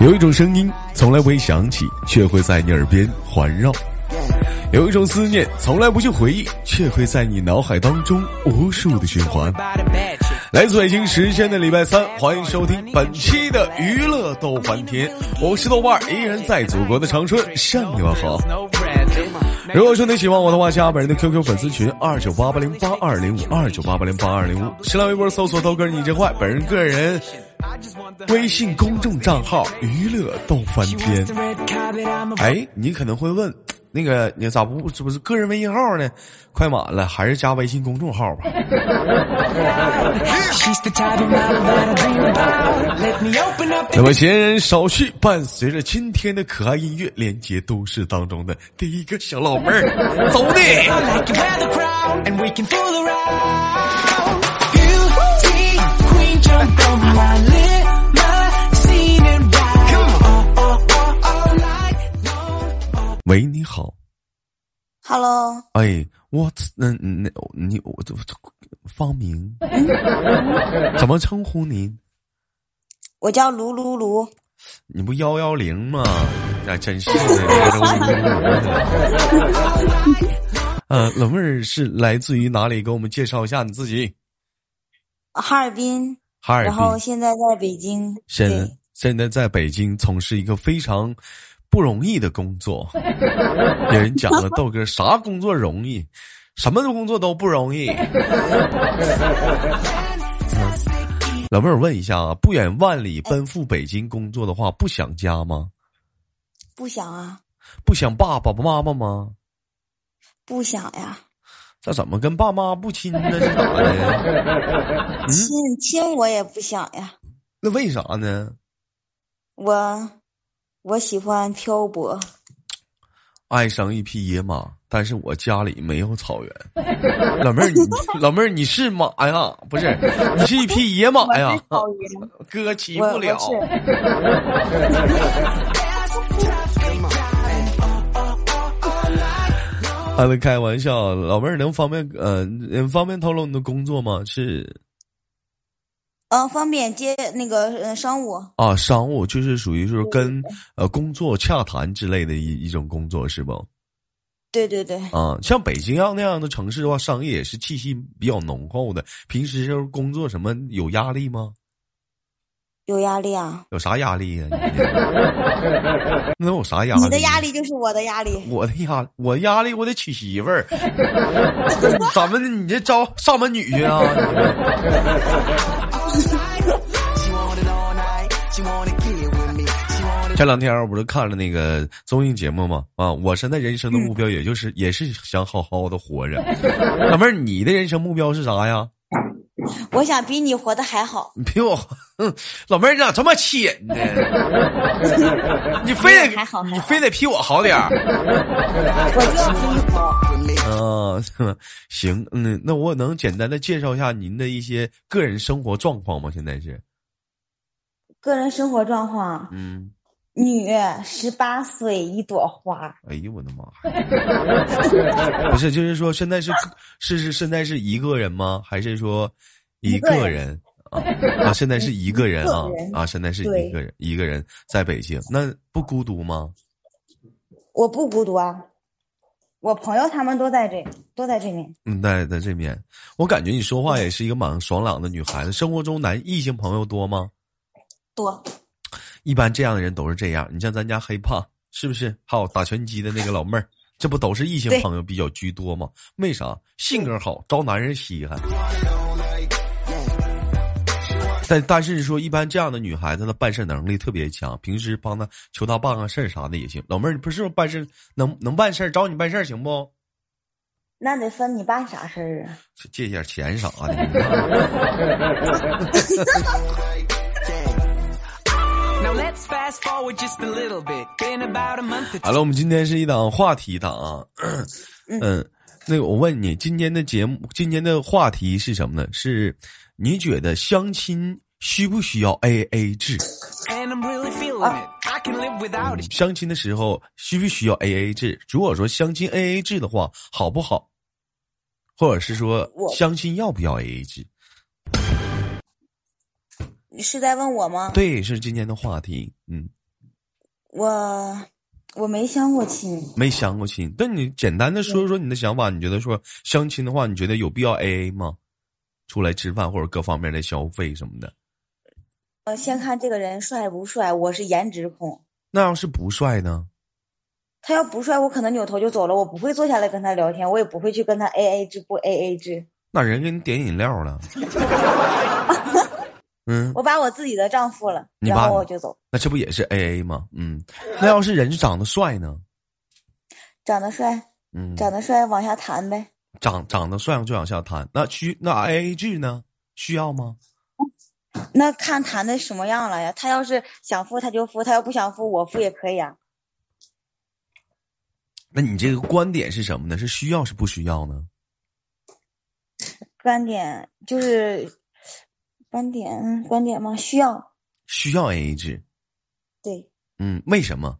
有一种声音从来不会响起，却会在你耳边环绕；有一种思念从来不去回忆，却会在你脑海当中无数的循环。来自北京时间的礼拜三，欢迎收听本期的娱乐逗翻天，我是豆瓣儿，依然在祖国的长春向你们好。如果说你喜欢我的话，加本人的 QQ 粉丝群二九八八零八二零五二九八八零八二零五，新浪微博搜索“豆哥你真坏”，本人个人微信公众账号“娱乐逗翻天”。哎，你可能会问，那个你咋不这不是个人微信号呢？快满了，还是加微信公众号吧。那么闲人少叙，伴随着今天的可爱音乐，连接都市当中的第一个小老妹儿，走你！喂，你好， Hello，哎，我那那你我这这方明，怎么称呼您？我叫卢卢卢，你不幺幺零吗？啊，真是的。呃，老妹儿是来自于哪里？给我们介绍一下你自己。哈尔滨，哈尔然后滨，现在在北京。现对，现在在北京从事一个非常不容易的工作。别人讲了，豆哥啥工作容易，什么工作都不容易。老妹儿，我问一下啊，不远万里奔赴北京工作的话，不想家吗？不想啊，不想爸爸妈妈吗？不想呀，这怎么跟爸妈不亲呢？这咋的呀？嗯亲亲我也不想呀，那为啥呢？我我喜欢漂泊，爱上一匹野马，但是我家里没有草原。老 妹儿，你老妹儿，你是马呀？不是，你是一匹野马哎呀？草原，哥骑我不我了。是啊，那开玩笑，老妹儿能方便呃，能方便透露你的工作吗？是嗯，方便接那个呃商务，啊，商务就是属于就是跟呃工作洽谈之类的一一种工作是不？对对对，啊，像北京样那样的城市的话，商业也是气息比较浓厚的。平时就是工作什么有压力吗？有压力啊，有啥压力呀、 那有啥压力？你的压？力就是我的压力，我的压，我压力，我得娶媳妇儿。 咱们你这招上门女婿啊？前两天我不是看了那个综艺节目吗？啊，我现在人生的目嗯标也就是、也是想好好的活着。老妹儿，你的人生目标是啥呀？我想比你活得还好，你比我，哼老妹儿，你咋这么气人 呢？你非没有得还好还好你非得比我好 点儿，我就要比你好。啊，是吗行，嗯，那我能简单的介绍一下您的一些个人生活状况吗？现在是，个人生活状况，嗯，女，十八岁，一朵花，哎呦我的妈呀， 不是，就是说现在是是是现在是一个人吗？还是说一一个人个人？啊啊！现在是一个人啊一个人啊！现在是对一个人，一个人在北京，那不孤独吗？我不孤独啊，我朋友他们都在这，都在这面。嗯，在在这边，我感觉你说话也是一个蛮爽朗的女孩子。生活中男异性朋友多吗？多，一般这样的人都是这样。你像咱家黑胖，是不是？还有打拳击的那个老妹儿，这不都是异性对朋友比较居多吗？为啥？性格好，招男人稀罕。但但是说，一般这样的女孩子的办事能力特别强，平时帮她求她办个事儿啥的也行。老妹儿，你不是办事能能办事儿，找你办事儿行不？那得分你办啥事儿啊？借点钱啥的。 Now let's fast forward just a little bit. Been about a month 好 or two. 了，我们今天是一档话题档啊，嗯，那个我问你，今天的节目，今天的话题是什么呢？是你觉得相亲需不需要 A A 制？ And I'm really feeling it. I can live without it. 相亲的时候需不需要 A A 制？如果说相亲 A A 制的话，好不好？或者是说我相亲要不要 A A 制？是在问我吗？对，是今天的话题。嗯，我我没相过亲，没相过亲，但你简单的说说你的想法，你觉得说相亲的话，你觉得有必要 A A 吗？出来吃饭或者各方面的消费什么的，呃，先看这个人帅不帅，我是颜值控。那要是不帅呢？他要不帅，我可能扭头就走了，我不会坐下来跟他聊天，我也不会去跟他 A A 制不 A A 制。那人给你点饮料了，嗯，我把我自己的账付了，你然把后我就走。那这不也是 A A 吗？嗯，那要是人长得帅呢？长得帅，嗯，长得帅，往下谈呗。长长得帅就往下谈，那需那 A A 制呢？需要吗？那看谈的什么样了呀？他要是想付他就付，他要不想付我付也可以啊。那你这个观点是什么呢？是需要是不需要呢？观点就是观点，嗯观点吗？需要需要 A A 制，对，嗯，为什么？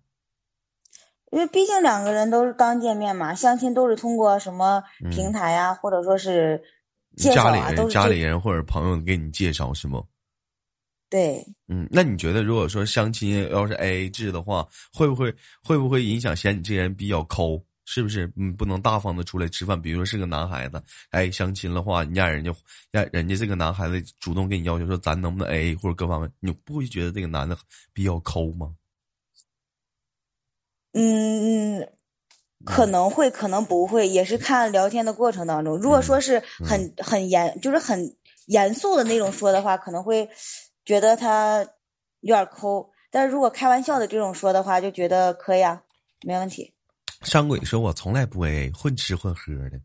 因为毕竟两个人都是刚见面嘛，相亲都是通过什么平台呀、或者说是介绍嗯家里啊，都人、是家这里人或者朋友给你介绍是吗？对。嗯，那你觉得如果说相亲要是 A A 制的话，会不会会不会影响显你这人比较抠？是不是？嗯，不能大方的出来吃饭。比如说是个男孩子，哎，相亲的话，你让人家让人家这个男孩子主动给你要求说，咱能不能 A A 或者各方面，你不会觉得这个男的比较抠吗？嗯，嗯，可能会，可能不会，也是看聊天的过程当中。如果说嗯是很、很严，就是很严肃的那种说的话，可能会觉得他有点抠；但是如果开玩笑的这种说的话，就觉得可以啊，没问题。上鬼说，我从来不 A A，混吃混喝的。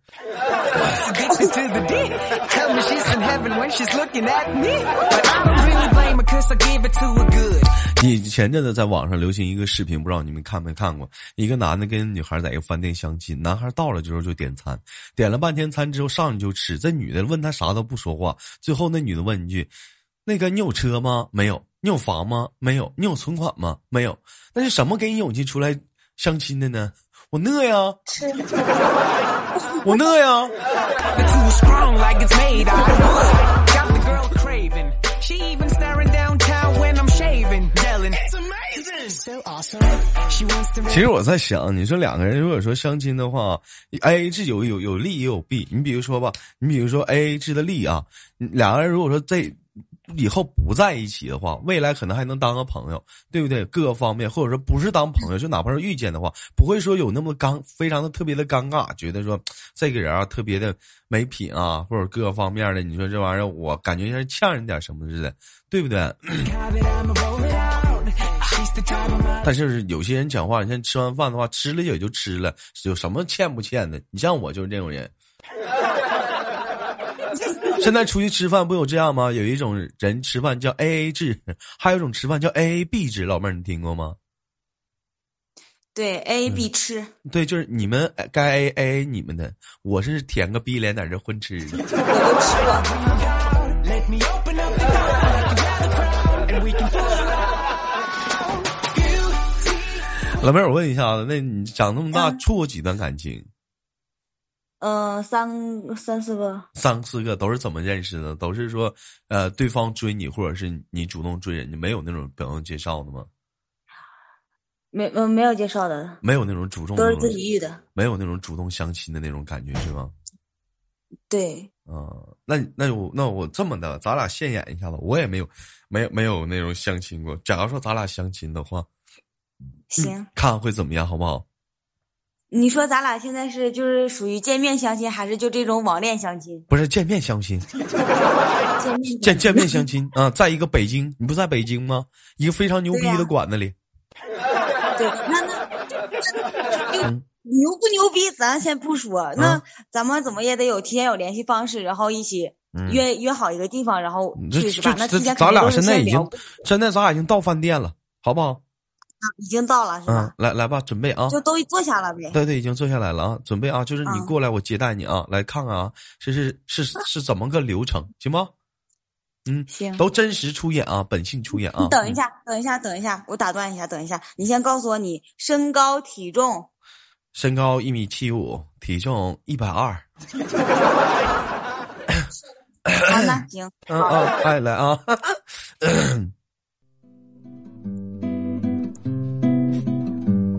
addicted to the dick. Tell me she's in heaven when she's looking at me. But I don't really blame her cause I give it to her good. 你前阵子在网上流行一个视频，不知道你们看没看过？一个男的跟女孩在一个饭店相亲，男孩到了之后就点餐，点了半天餐之后上去就吃，这女的问他啥都不说话，最后那女的问一句：“那个你有车吗？没有。你有房吗？没有。你有存款吗？没有。那是什么给你勇气出来相亲的呢？我饿呀，吃我饿呀。” The too strong like it's made out of wood. Got the girl craving. She even staring downtown when I'm shaving. Yelling, it's amazing. So awesome. She wants to 其实我在想，你说两个人如果说相亲的话，A A 制有有有利也有弊。你比如说吧，你比如说 A A 制的利啊，两个人如果说这以后不在一起的话，未来可能还能当个朋友，对不对？各个方面，或者说不是当朋友，就哪怕是遇见的话，不会说有那么尴，非常的特别的尴尬，觉得说这个人啊特别的没品啊，或者各个方面的，你说这玩意儿我感觉像是欠人点什么似的，对不对？ have it, I'ma roll it out. She's the type of my 但是有些人讲话，你像吃完饭的话，吃了也就吃了，有什么欠不欠的？你像我就是这种人。现在出去吃饭不有这样吗？有一种人吃饭叫 A A 制，还有一种吃饭叫 A A B 制。老妹儿，你听过吗？对嗯 A B 吃，对，就是你们该 A A 你们的，我是舔个逼脸在这混吃的。我都吃过。 Let me open up the door. I can grab the crowd and we can fall out. Beauty. 老妹儿，我问一下子，那你长那么大处过几段感情？嗯、三三四个，三四个都是怎么认识的？都是说，呃，对方追你，或者是你主动追人，你没有那种朋友介绍的吗？没嗯没有介绍的，没有那种主动，都是自己遇的。没有那种主动相亲的那种感觉是吗？对，啊、那那我那我这么的，咱俩现演一下子，我也没有，没有没有那种相亲过。假如说咱俩相亲的话，行。看会怎么样，好不好？你说咱俩现在是就是属于见面相亲，还是就这种网恋相亲？不是见面相亲，见面见见面相 亲啊，在一个北京，你不在北京吗？一个非常牛逼对呀的馆子里，对，那那就嗯 牛不牛逼，咱先不说。那咱们怎么也得有提前有联系方式，然后一起嗯约、约好一个地方，然后你这去是吧？那这提这咱前肯定俩都是现在先已经聊，现在咱俩已经到饭店了，好不好？已经到了是嗯吧，？来来吧，准备啊，就都坐下了呗。对对，已经坐下来了啊，准备啊，就是嗯你过来，我接待你啊，来看看啊，这是是是怎么个流程，行吗？嗯，行都真实出演啊，本性出演啊。你等一下，等一下，等一下，我打断一下，等一下，你先告诉我你身高体重，身高一米七五，体重一百二。好，那行， 嗯啊，哎，来啊，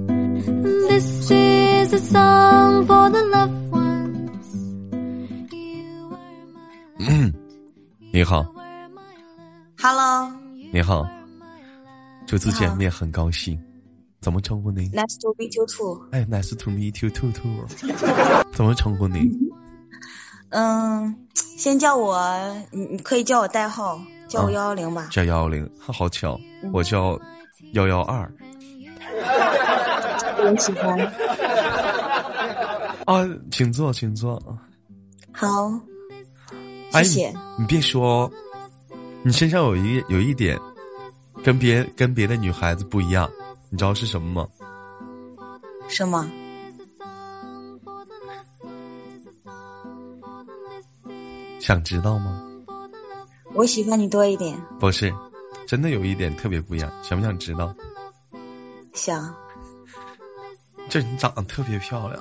This is a song for the loved ones. You were my love. 嗯你好， You were my love. Hello, 你好，这次你好见面很高兴，怎么称呼您？ nice to meet you too。哎，nice to meet you too too，怎 么称呼您？嗯，先叫我，你你可以叫我代号，叫我嗯幺幺零吧。叫幺幺零，好巧，我叫幺幺二我喜欢。啊，请坐，请坐。好，哎谢谢。你别说哦，你身上有一有一点，跟别跟别的女孩子不一样，你知道是什么吗？什么？想知道吗？我喜欢你多一点。不是，真的有一点特别不一样，想不想知道？想，就是你长得特别漂亮，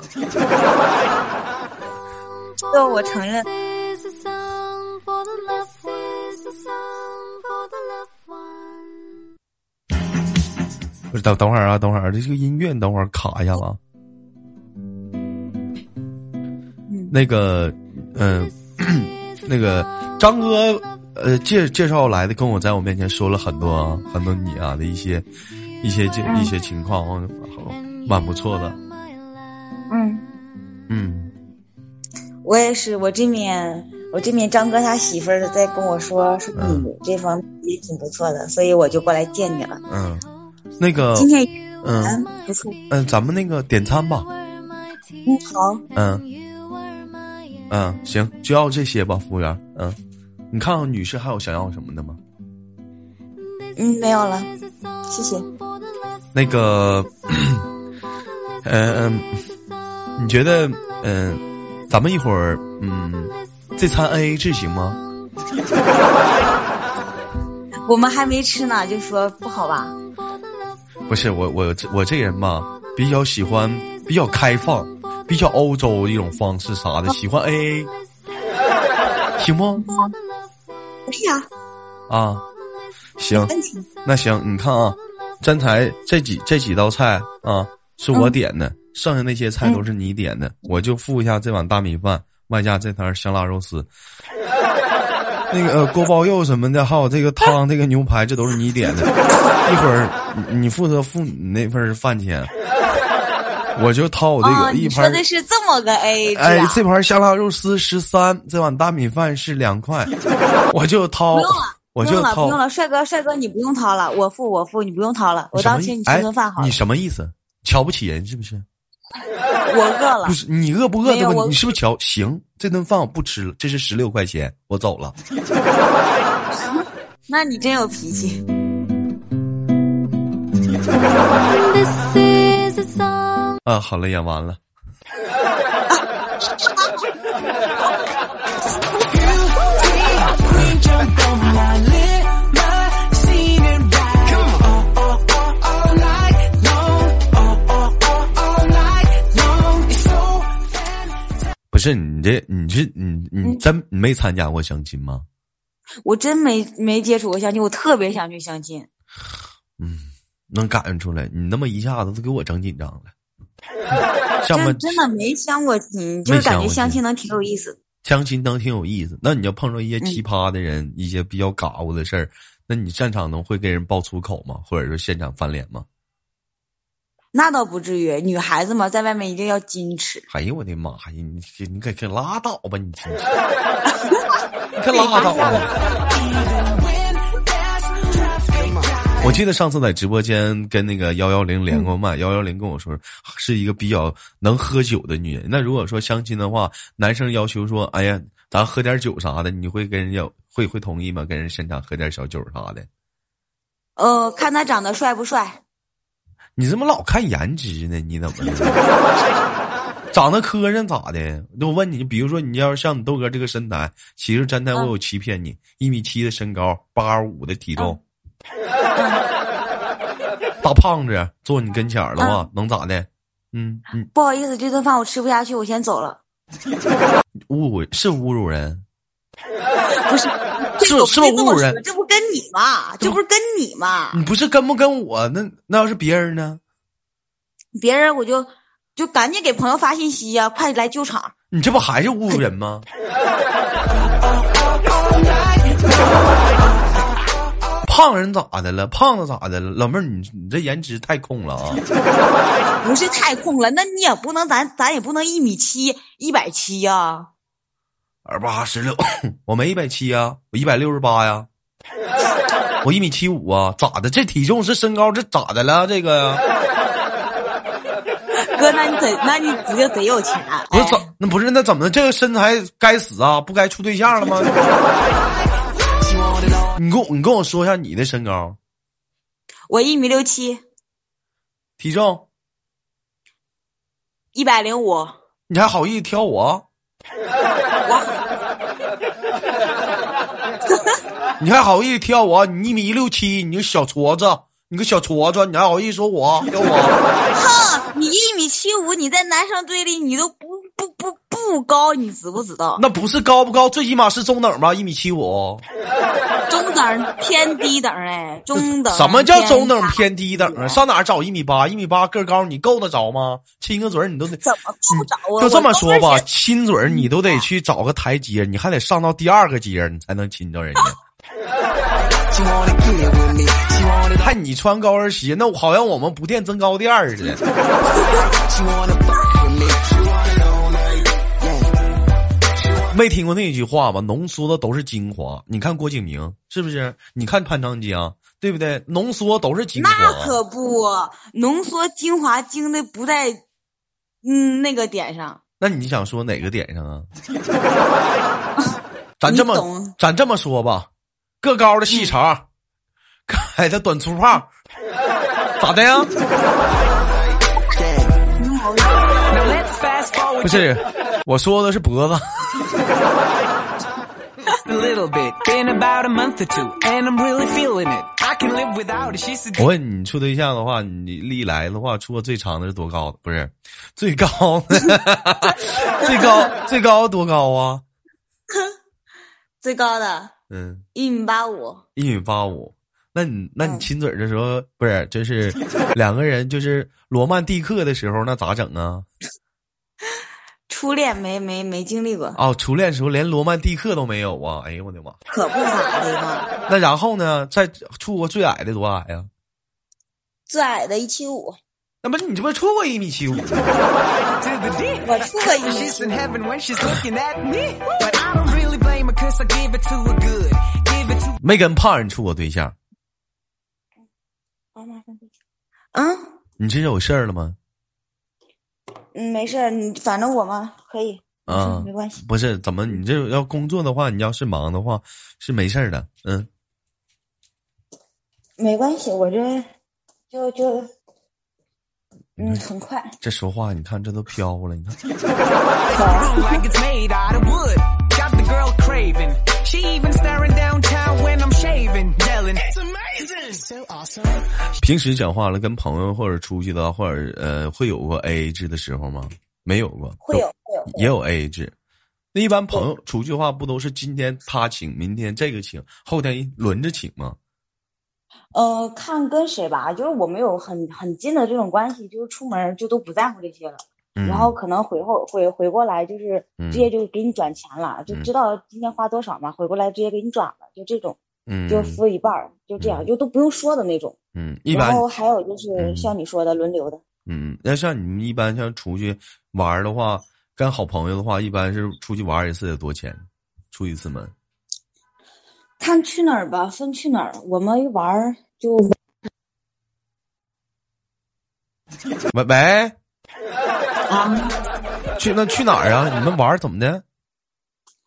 这我承认。 This is a song for the loved ones. This is a song for the loved ones. 不是等等会儿啊，等会儿这个音乐等会儿卡一下了啊。嗯那个，嗯、那个张哥，呃，介介绍来的，跟我在我面前说了很多很多你啊的一些一些这一些情况，好蛮不错的。嗯，嗯，我也是。我这面，我这面张哥他媳妇儿在跟我说，说嗯你这方面也挺不错的，所以我就过来见你了。嗯，那个，今天，嗯嗯嗯、，不错。咱们那个点餐吧。嗯，好，嗯嗯，行，就要这些吧，服务员。嗯，你看看女士还有想要什么的吗？嗯，没有了，谢谢。那个， 嗯、嗯，你觉得，嗯、咱们一会儿，嗯，这餐 A A 制行吗？我们还没吃呢，就说不好吧？不是，我我我这人吧，比较喜欢比较开放，比较欧洲一种方式啥的，喜欢 A A，行不？可以啊，啊，行，问题。那行，你看啊，刚才这几这几道菜啊是嗯我点的，剩下那些菜都是你点的，我就付一下这碗大米饭，外加这盘香辣肉丝，那个、呃、锅包肉什么的，还有这个汤、这个牛排，这都是你点的。一会儿你你负责付你那份饭钱，我就掏我这个、哦，一你盘说。的是这么个 A A 制哎啊？，这盘香辣肉丝十三，这碗大米饭是两块， 我就掏不用了，我不就用了，掏。不用了，帅哥，帅哥，你不用掏了，我付，我付，你不用掏了，我什当么请意你哎吃顿饭好了你。什么意思？瞧不起人是不是？我饿了不，是你饿不饿啊没的有问题，我你是不是瞧？行，这顿饭我不吃了，这是十六块钱，我走了。那你真有脾气。 This is a song 啊，好了，演完了。 Queen jumped on my lip, my scene and ride. Oh, oh, oh, all night long. Oh, oh, oh, all night long. It's so 不是你这，你这，你你嗯真你没参加过相亲吗？我真没没接触过相亲，我特别想去相亲。能感觉出来，你那么一下子都给我整紧张 了。上半真真的没相过亲，就没是相感觉过相亲亲能挺有意思的。相亲能挺有意思，那你要碰上嗯一些奇葩的人，一些比较嘎咕的事儿，那你擅长能会跟人爆粗口吗？或者说现场翻脸吗？那倒不至于，女孩子嘛，在外面一定要矜持。哎呦我的妈呀！你你可可拉倒吧，你真是你可拉倒吧！我记得上次在直播间跟那个幺幺零连过麦，幺幺零跟我说是一个比较能喝酒的女人。那如果说相亲的话，男生要求说：“哎呀，咱喝点酒啥的。”你会跟人家会会同意吗？跟人现场喝点小酒啥的？呃，看他长得帅不帅，你怎么老看颜值呢？你怎么的？ 长得磕碜咋的？那我问你，比如说你要是像你豆哥这个身材，其实真的我有欺骗你，一、米七的身高，八十五的体重， 大胖子坐你跟前儿的话，能咋的？嗯，你不好意思，这顿饭我吃不下去，我先走了。侮辱是侮辱人，不是，是我是不是 没这侮么辱人嗯说？这不跟你你嘛，这不是跟你嘛？你不是跟不跟我？那那要是别人呢？别人我就就赶紧给朋友发信息呀、快来救场！你这不还是侮辱人吗？ 胖人咋的了？胖子咋的了？老妹儿，你你这颜值太空了啊！不是太空了，那你也不能咱咱也不能一米七一百七呀，二八十六，我没一百七呀，我一百六十八呀，我一米七五啊，咋的？这体重是身高，这咋的了？这个呀，哥，那你得那你指定贼有钱。不是哎怎那不是那怎么这个身材该死啊？不该处对象了吗？ 你跟我你跟我说一下你的身高、我一米六七，体重，一百零五，你还好意思挑我？ 你还好意思挑我？你一米六七，你个小矬子，你个小矬子，你还好意思说我挑我？哼，你一米七五，你在男生堆里你都不不不不高，你知不知道？那不是高不高，最起码是中等吧，一米七五。中等偏低等哎，中等。什么叫中等偏偏低等啊？上哪儿找一米八？一米八个高，你够得着吗？亲个嘴儿你都得。怎么够着啊？嗯就这么我嗯说高吧跟，鞋亲嘴儿你都啊得去找个台阶，你还得上到第二个阶儿，你才能亲着人家。还你穿高跟鞋，那好像我们不垫增高垫儿似的。没听过那句话吗？浓缩的都是精华。你看郭敬明是不是？你看潘长江，对不对？浓缩都是精华。那可不，浓缩精华精的不在，嗯，那个点上。那你想说哪个点上 啊？咱这你么懂啊咱这么说吧，个高的细长，个矮的短粗胖，咋的呀？ Now let's fast forward 不是，我说的是脖子。 a little bit. Been about a month or two, and I'm really feeling it. I can live without it. She said, 我问你处对象的话，你历来的话处过最长的是多高的？不是，最高的， 最高最高多高啊？最高的嗯，一米八五，一米八五。那你那嗯你亲嘴的时候，不是就是两个人就是罗曼蒂克的时候，那咋整啊？初恋没没没经历过，哦，初恋时候连罗曼蒂克都没有啊！哎呦我的妈！可不咋的嘛。那然后呢？再处过最矮的多矮呀、最矮的一七五，那不是你这不处过一米七五？ to the dick. 我处过一米 She's 七 in 五， heaven when she's looking at me. But I don't really blame her cause I give it to her good. Give it to 没跟胖人处过对象？嗯你这是有事儿了吗？嗯，没事儿，你反正我嘛可以，啊嗯，没关系。不是，怎么你这要工作的话，你要是忙的话是没事儿的。嗯，没关系，我这就就嗯很快，这说话你看这都飘了，你看 room like it's made out of wood. Got the girl craving. She even staring downtown when I'm shaving. Yelling, it's amazing. So awesome. 平时讲话了，跟朋友或者出去的，或者呃，会有过 AA 制的时候吗？没有过，会有都会有会也有 AA 制。那一般朋友出去的话，不都是今天他请，明天这个请，后天轮着请吗？呃，看跟谁吧，就是我们有很很近的这种关系，就是出门儿就都不在乎这些了，嗯、然后可能回后回回过来就是嗯直接就给你转钱了，就嗯知道今天花多少嘛，回过来直接给你转了，就这种，嗯，就付一半儿，就这样，就都不用说的那种。嗯，一般然后还有就是嗯像你说的轮流的，嗯，那像你们一般像出去玩儿的话，跟好朋友的话，一般是出去玩儿一次得多钱？出一次门？看去哪儿吧，分去哪儿，我们一玩儿就喂喂，啊去那去哪儿啊？你们玩儿怎么的？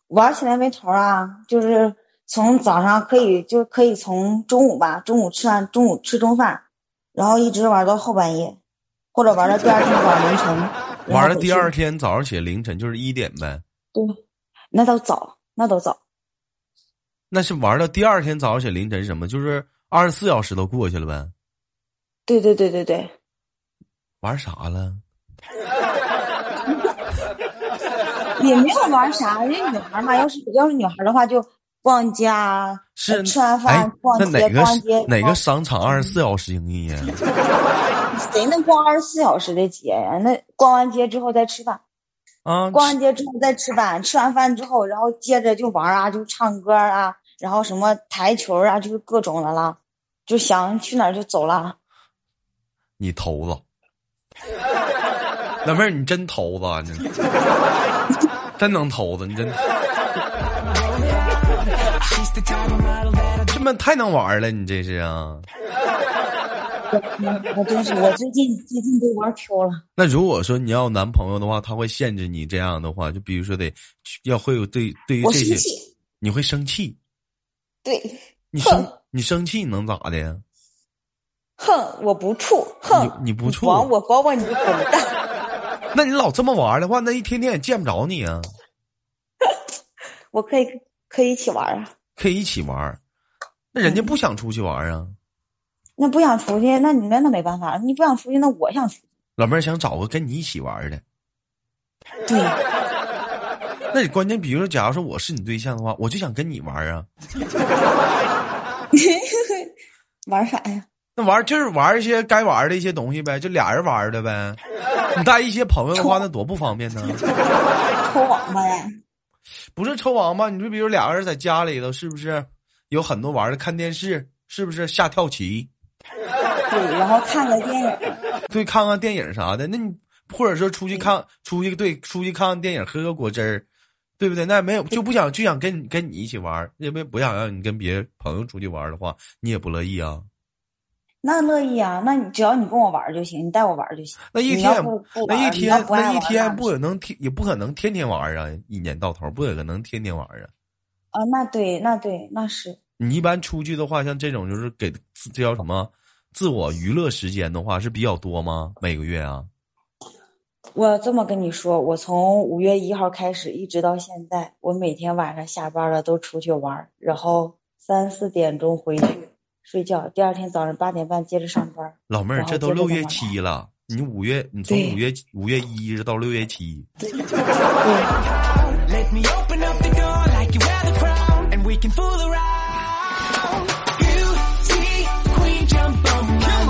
玩起来没头儿啊，就是从早上可以就可以从中午吧，中午吃完中午吃中饭，然后一直玩到后半夜，或者玩到第二天早上凌晨。然玩后儿到回第去二天早上起来凌晨就是一点呗？对，那都早，那都早。那是玩儿到第二天早上起来凌晨什么？就是二十四小时都过去了呗？对对对对对，玩儿啥了？也没有玩啥，因为女孩嘛，要是要是女孩的话就逛啊家，是吃完哎饭逛，那街哪个逛街，哪个逛商场二十四小时营业啊呀？谁能逛二十四小时的街呀？那逛完街之后再吃饭，啊，逛完街之后再吃饭，吃完饭之后，然后接着就玩儿啊，就唱歌啊，然后什么台球啊，就是各种的啦，就想去哪儿就走 了。你头子，老妹儿，你真头子啊，你真能头子，你真 She's the type of model that I 这么太能玩了，你这是啊？嗯我真是，我最近最近都玩飘了。那如果说你要有男朋友的话，他会限制你这样的话，就比如说得要会有对对于我这生些，气，你会生气，对，你生你生气你能咋的呀？哼，我不处，哼，你你不处管我管我，你滚蛋！那你老这么玩的话，那一天天也见不着你啊，我可以可以一起玩儿啊。可以一起玩儿，那人家不想出去玩儿啊。那不想出去，那你那那没办法，你不想出去，那我想出去。老妹儿想找个跟你一起玩儿的，对， 那你关键，比如说，假如说我是你对象的话，我就想跟你玩儿啊。玩啥呀？那玩儿就是玩儿一些该玩儿的一些东西呗，就俩人玩儿的呗。你带一些朋友的话，那多不方便呢。抽网吧呀？不是抽王八，你就比如俩个人在家里头，是不是有很多玩儿的？看电视，是不是下跳棋，对，然后看个电影，对，看看电影啥的。那你或者说出去看，出去对，出去看看电影，喝个果汁儿，对不对？那没有就不想就想跟你跟你一起玩儿，因为不想让你跟别人朋友出去玩儿的话，你也不乐意啊。那乐意啊。那你只要你跟我玩儿就行，你带我玩儿就行。那一你要天不不玩那一儿你要天不爱那一玩儿天那不可能天也不可能天天玩儿啊，一年到头不可能天天玩儿啊。啊，那对，那对，那是你一般出去的话，像这种就是给自这叫什么自我娱乐时间的话是比较多吗？每个月啊？我这么跟你说，我从五月一号开始一直到现在，我每天晚上下班了都出去玩儿，然后三四点钟回去睡觉，第二天早上八点半接着上班。老妹儿，然后这都接着六再月往下七了，你五月你从对五月五月一一直到六月七，对， Let me open up the door like you wear the crown, and we can fool around. Beauty queen, jump on my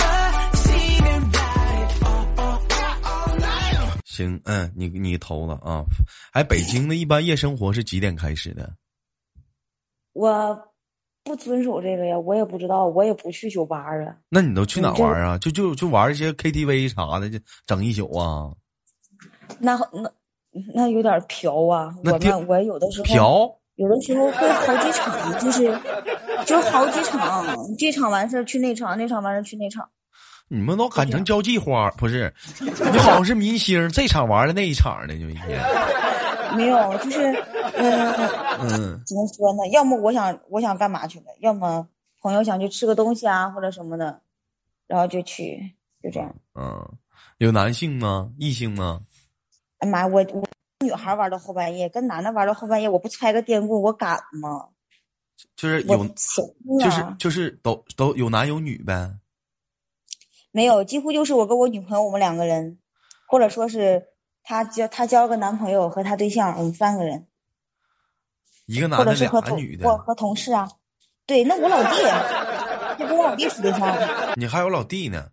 limousine and ride it all, all, all, all night. 行，嗯，你你投了啊？哎，北京的一般夜生活是几点开始的？我不遵守这个呀，我也不知道，我也不去酒吧啊。那你都去哪你这玩儿啊？就就就玩儿一些 KTV 啥的，就整一宿啊？那那那有点嫖啊！那我第们我有的时候嫖？有的时候会好几场，就是就好几场，这场完事儿去那场，那场完事儿去那场。你们都赶成交际花儿，不是？ 你好像是明星，这场玩儿的那一场的，就一天。没有，就是嗯，嗯，怎么说呢？要么我想我想干嘛去了，要么朋友想去吃个东西啊或者什么的，然后就去，就这样。嗯，有男性吗？异性吗？哎妈，我我女孩玩到后半夜，跟男的玩到后半夜，我不揣个电棍我敢吗？就是我有，神就经是啊！就是都都有男有女呗。没有，几乎就是我跟我女朋友我们两个人，或者说是她交她交了个男朋友和她对象，我们三个人，一个或男的，者是俩和同女的或。和同事啊。对，那我老弟，那跟我老弟处对象呢，你还有老弟呢，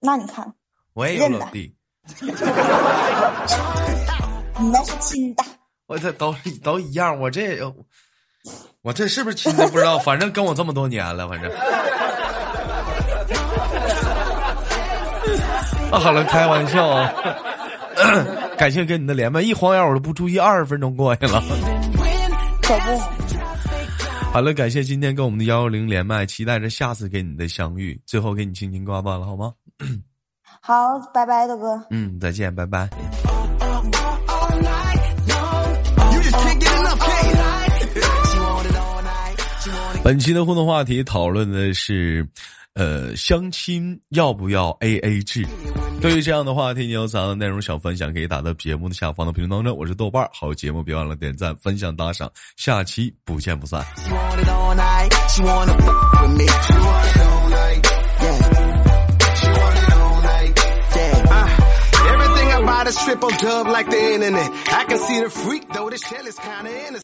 那你看。我也有认老得弟，你那是亲的，我这都是都一样。我这我这是不是亲的不知道，反正跟我这么多年了，反正。啊，好了，开玩笑啊！感谢跟你的连麦，一晃眼我都不注意，二十分钟过去了。可不，好了，感谢今天跟我们的幺幺零连麦，期待着下次跟你的相遇。最后给你轻轻挂断了，好吗？好，拜拜，豆哥。嗯，再见，拜拜。 You just can't get enough, can you? She want it all night. She want it. 本期的互动话题讨论的是，呃，相亲要不要 A A 制？对于这样的话题，你有怎样的内容想分享，可以打到节目的下方的评论当中。我是豆瓣儿，好节目别忘了点赞、分享、打赏，下期不见不散。 She want it all night. She wanna f- with me. She want it all night. Yeah. She want it all night. Yeah. Uh, everything about is triple dub like the internet. I can see the freak though. This shell is kinda innocent.